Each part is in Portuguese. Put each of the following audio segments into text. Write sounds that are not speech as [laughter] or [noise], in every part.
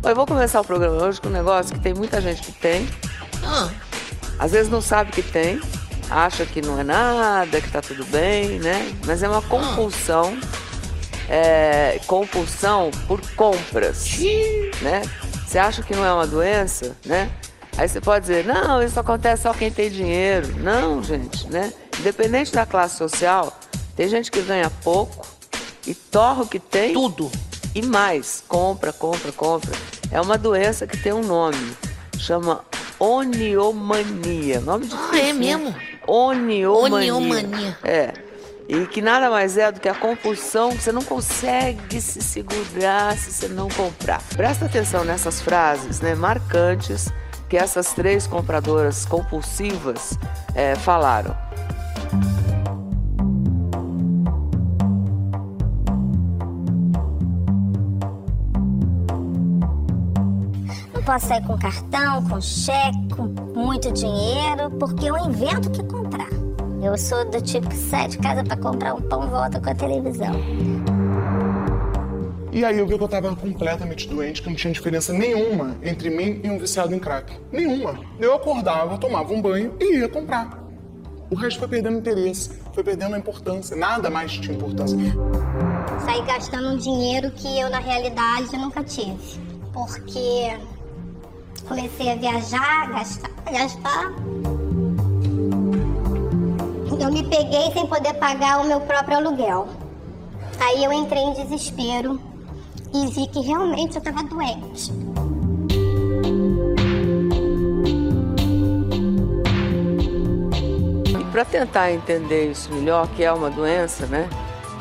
Bom, eu vou começar o programa hoje com um negócio que tem muita gente que tem, Ah, às vezes não sabe que tem, acha que não é nada, que tá tudo bem, né? Mas é uma compulsão, é, compulsão por compras, sim. né? Você acha que não é uma doença, né? Aí você pode dizer, não, isso acontece só quem tem dinheiro. Não, gente, né? Independente da classe social, tem gente que ganha pouco e torra o que tem tudo. e mais, compra, compra, compra. É uma doença que tem um nome. Chama oniomania. Nome de Ah, é mesmo? Oniomania. Oniomania. É. E que nada mais é do que a compulsão que você não consegue se segurar se você não comprar. Presta atenção nessas frases né, marcantes que essas três compradoras compulsivas é, falaram. Não posso sair com cartão, com cheque, com muito dinheiro, porque eu invento o que comprar. Eu sou do tipo que sai de casa pra comprar um pão e volta com a televisão. E aí eu vi que eu tava completamente doente, que não tinha diferença nenhuma entre mim e um viciado em crack. Nenhuma. Eu acordava, tomava um banho e ia comprar. O resto foi perdendo interesse, foi perdendo a importância. Nada mais tinha importância. Saí gastando um dinheiro que eu, na realidade, nunca tive. Porque comecei a viajar, gastar, gastar. Eu me peguei sem poder pagar o meu próprio aluguel. Aí eu entrei em desespero e vi que realmente eu estava doente. E para tentar entender isso melhor, que é uma doença, né?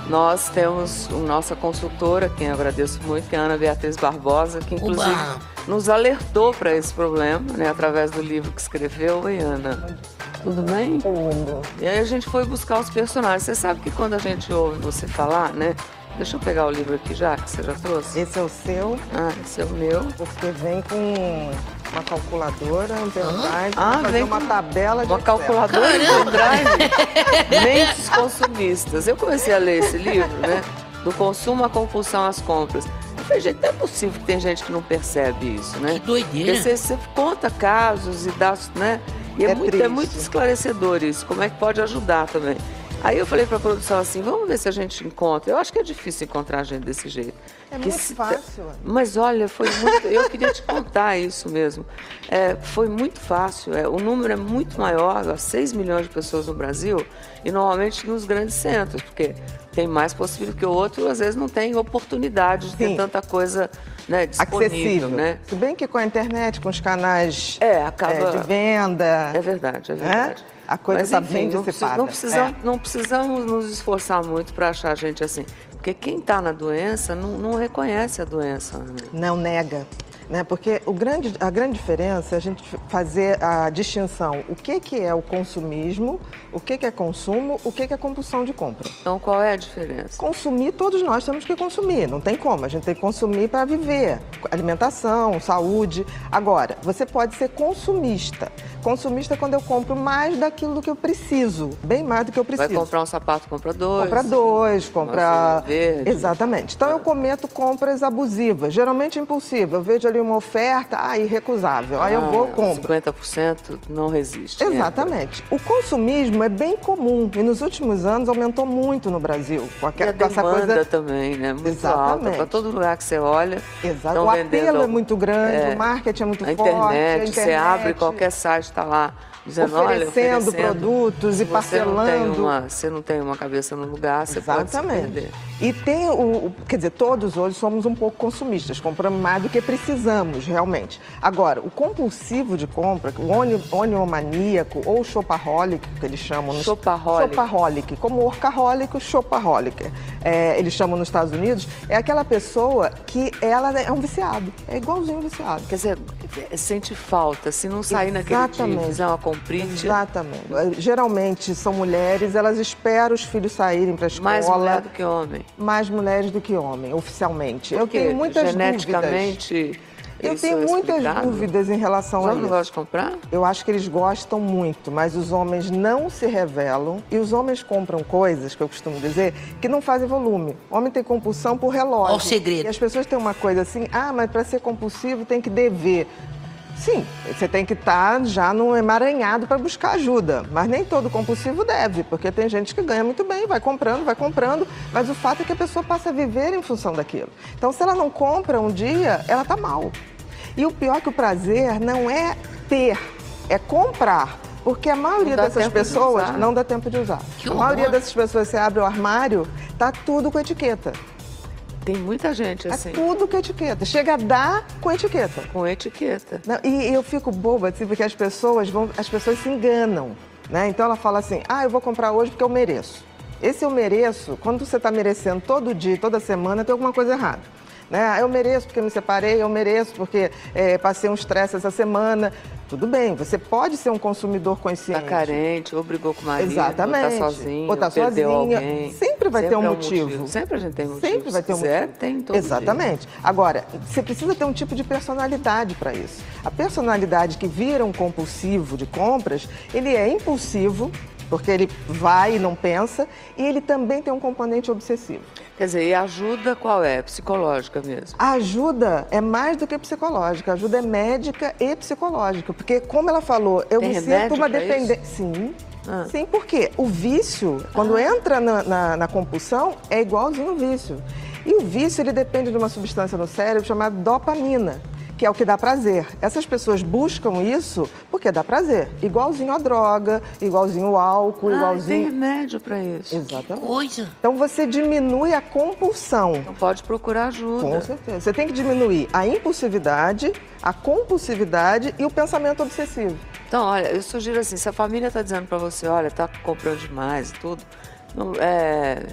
Nós temos a nossa consultora, quem eu agradeço muito, que é a Ana Beatriz Barbosa, que inclusive Oba! nos alertou para esse problema, né? Através do livro que escreveu. Oi, Ana. Tudo bem? E aí a gente foi buscar os personagens. Você sabe que quando a gente ouve você falar, né? Deixa eu pegar o livro aqui já, que você já trouxe. Esse é o seu, Ah, esse é o meu. porque vem com uma calculadora, um pendrive, Ah, fazer vem uma com tabela de Uma Excel. calculadora e um drive. Mentes consumistas. Eu comecei a ler esse livro, né? Do consumo à compulsão às compras. Eu falei, gente, não é possível que tem gente que não percebe isso, Que né? Porque É doideira. você, você conta casos e dá, né? E é, É muito, é triste. muito esclarecedor isso, como é que pode ajudar também. Aí eu falei pra produção assim, vamos ver se a gente encontra. Eu acho que é difícil encontrar gente desse jeito. É Que muito se- tá fácil. mas olha, foi muito. Eu queria te contar isso mesmo. É, foi muito fácil. é, o número é muito maior, há 6 milhões de pessoas no Brasil, e normalmente nos grandes centros, porque tem mais possível que o outro, às vezes não tem oportunidade de ter Sim. tanta coisa né, disponível, Acessível. né? Se bem que com a internet, com os canais É, acaba- é, de venda. É verdade, é verdade. É? A coisa Mas, tá enfim, bem É. não preci- dissipada. Não precisamos, não precisamos nos esforçar muito para achar gente assim. Porque quem está na doença não, não reconhece a doença. Né? Não nega. Né? Porque o grande, a grande diferença é a gente fazer a distinção. O que, que é o consumismo, o que, que é consumo, o que, que é compulsão de compra. Então qual é a diferença? Consumir, todos nós temos que consumir, não tem como. A gente tem que consumir para viver. Alimentação, saúde. Agora, você pode ser consumista. Consumista é quando eu compro mais daquilo do que eu preciso, bem mais do que eu Vai preciso. comprar um sapato, compra dois. Compra dois, Uma compra. cena verde. Exatamente. Então eu cometo compras abusivas, geralmente impulsiva. Eu vejo ali uma oferta, ah, irrecusável. Aí eu vou, Ah, compro. 50% não resiste. Exatamente. O consumismo é bem comum e nos últimos anos aumentou muito no Brasil. Com, É. E aque- a com essa demanda coisa. também, né? Muito Exatamente. alta. Para todo lugar que você olha. Exato. tão O vendendo apelo é algum- muito grande, É. o marketing é muito a forte. internet, a você abre internet. qualquer site, está lá dizendo, olha, Oferecendo oferecendo. produtos e Se você não, tem parcelando. uma, você não tem uma cabeça no lugar, você pode se Exatamente. perder. E tem o, o- Quer dizer, todos hoje somos um pouco consumistas, compramos mais do que precisamos, realmente. Agora, o compulsivo de compra, o oni- oniomaníaco ou shopaholic, que eles chamam nos Shopaholic. shopaholic, como workaholic, shopaholic, é, eles chamam nos Estados Unidos, é aquela pessoa que ela é um viciado. É igualzinho um viciado. Quer dizer, é, sente falta. Se não sair naquele dia e Exatamente. fizer uma comprinte, Exatamente. Eh, Geralmente são mulheres, elas esperam os filhos saírem para a escola. mais mulher do que homem. mais mulheres do que homens, oficialmente. Eu Porque tenho muitas geneticamente Eu isso tenho é muitas explicado? dúvidas em relação Os a homens não isso. gostam de comprar? Eu acho que eles gostam muito, mas os homens não se revelam e os homens compram coisas, que eu costumo dizer, que não fazem volume. homem tem compulsão por relógio. Ó o segredo. E as pessoas têm uma coisa assim, ah, mas para ser compulsivo tem que dever. Sim, você tem que estar já num emaranhado para buscar ajuda, mas nem todo compulsivo deve, porque tem gente que ganha muito bem, vai comprando, vai comprando, mas o fato é que a pessoa passa a viver em função daquilo. Então, se ela não compra um dia, ela tá mal. E o pior é que o prazer não é ter, é comprar. Porque a Não maioria dá dessas tempo de pessoas usar. não dá tempo de usar. Que a horror. maioria dessas pessoas, você abre o armário, tá tudo com etiqueta. Tem muita gente Tá assim, tudo com etiqueta. Chega a dar com etiqueta. com etiqueta. Não, e e eu fico boba, assim, porque as pessoas vão, as pessoas se enganam, né? Então ela fala assim, ah, eu vou comprar hoje porque eu mereço. Esse eu mereço, quando você está merecendo todo dia, toda semana, tem alguma coisa errada. Né? Ah, eu mereço porque me separei, eu mereço porque eh, passei um estresse essa semana. Tudo bem, você pode ser um consumidor Tá consciente. carente, ou brigou com o marido, ou tá Exatamente. sozinho, Ou tá perdeu sozinha. alguém. Sempre vai ter um é motivo. Sempre a gente tem motivo. Sempre vai ter um Se quiser, motivo. tem todo dia. Exatamente. Agora, você precisa ter um tipo de personalidade para isso. A personalidade que vira um compulsivo de compras, ele é impulsivo, porque ele vai e não pensa, e ele também tem um componente obsessivo. Quer dizer, e a ajuda qual é? Psicológica mesmo. A ajuda é mais do que psicológica, a ajuda é médica e psicológica, porque como ela falou, eu Tem me remédio sinto uma pra dependência. Sim. Ah. Sim, porque o vício, quando entra na, na- na compulsão, é igualzinho ao vício. E o vício, ele depende de uma substância no cérebro chamada dopamina, que é o que dá prazer. Essas pessoas buscam isso porque dá prazer. Igualzinho à droga, igualzinho ao álcool, Ah, e tem igualzinho. remédio pra isso. Exatamente. Coisa. Então você diminui a compulsão. Então pode procurar Com ajuda. certeza. Você tem que diminuir a impulsividade, a compulsividade e o pensamento obsessivo. Então, olha, eu sugiro assim, se a família tá dizendo pra você, olha, tá comprando demais e tudo, não, é,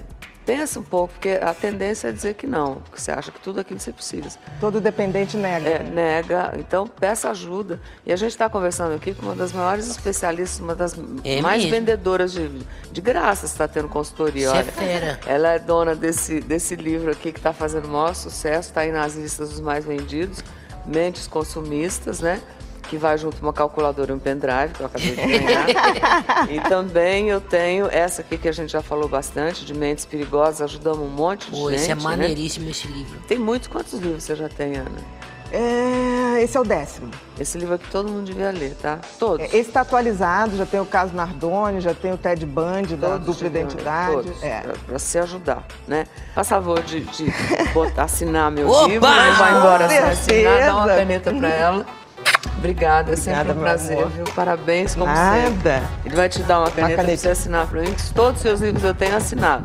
pensa um pouco, porque a tendência é dizer que não, porque você acha que tudo aquilo você precisa. Todo dependente nega. É, nega, então peça ajuda. E a gente está conversando aqui com uma das maiores especialistas, uma das É mais mesmo. vendedoras de, de graça, está tendo consultoria. Você é olha. fera. Ela é dona desse, desse livro aqui que está fazendo o maior sucesso, está aí nas listas dos mais vendidos, Mentes Consumistas, né? Que vai junto uma calculadora e um pendrive, que eu acabei de ganhar. [laughs] e também eu tenho essa aqui que a gente já falou bastante, de Mentes Perigosas, ajudamos um monte de Pô, gente. esse é né? maneiríssimo esse livro. Tem muito. Quantos livros você já tem, Ana? É, esse é o décimo. Esse livro aqui todo mundo devia ler, tá? Todos. É, Esse está atualizado, já tem o caso Nardone, já tem o Ted Bundy da Todos dupla deviam ler, identidade. Todos, É. pra, pra se ajudar, né? Faz favor de, [laughs] de botar, assinar meu Opa! livro, né? vai embora sem Com assinar, dá uma certeza. caneta pra ela. Obrigada, é sempre Obrigada, um meu prazer, amor. viu? Parabéns, como sempre. Nada. Ele vai te dar uma caneta, pra caneta. você assinar pra mim, que todos os seus livros eu tenho assinado.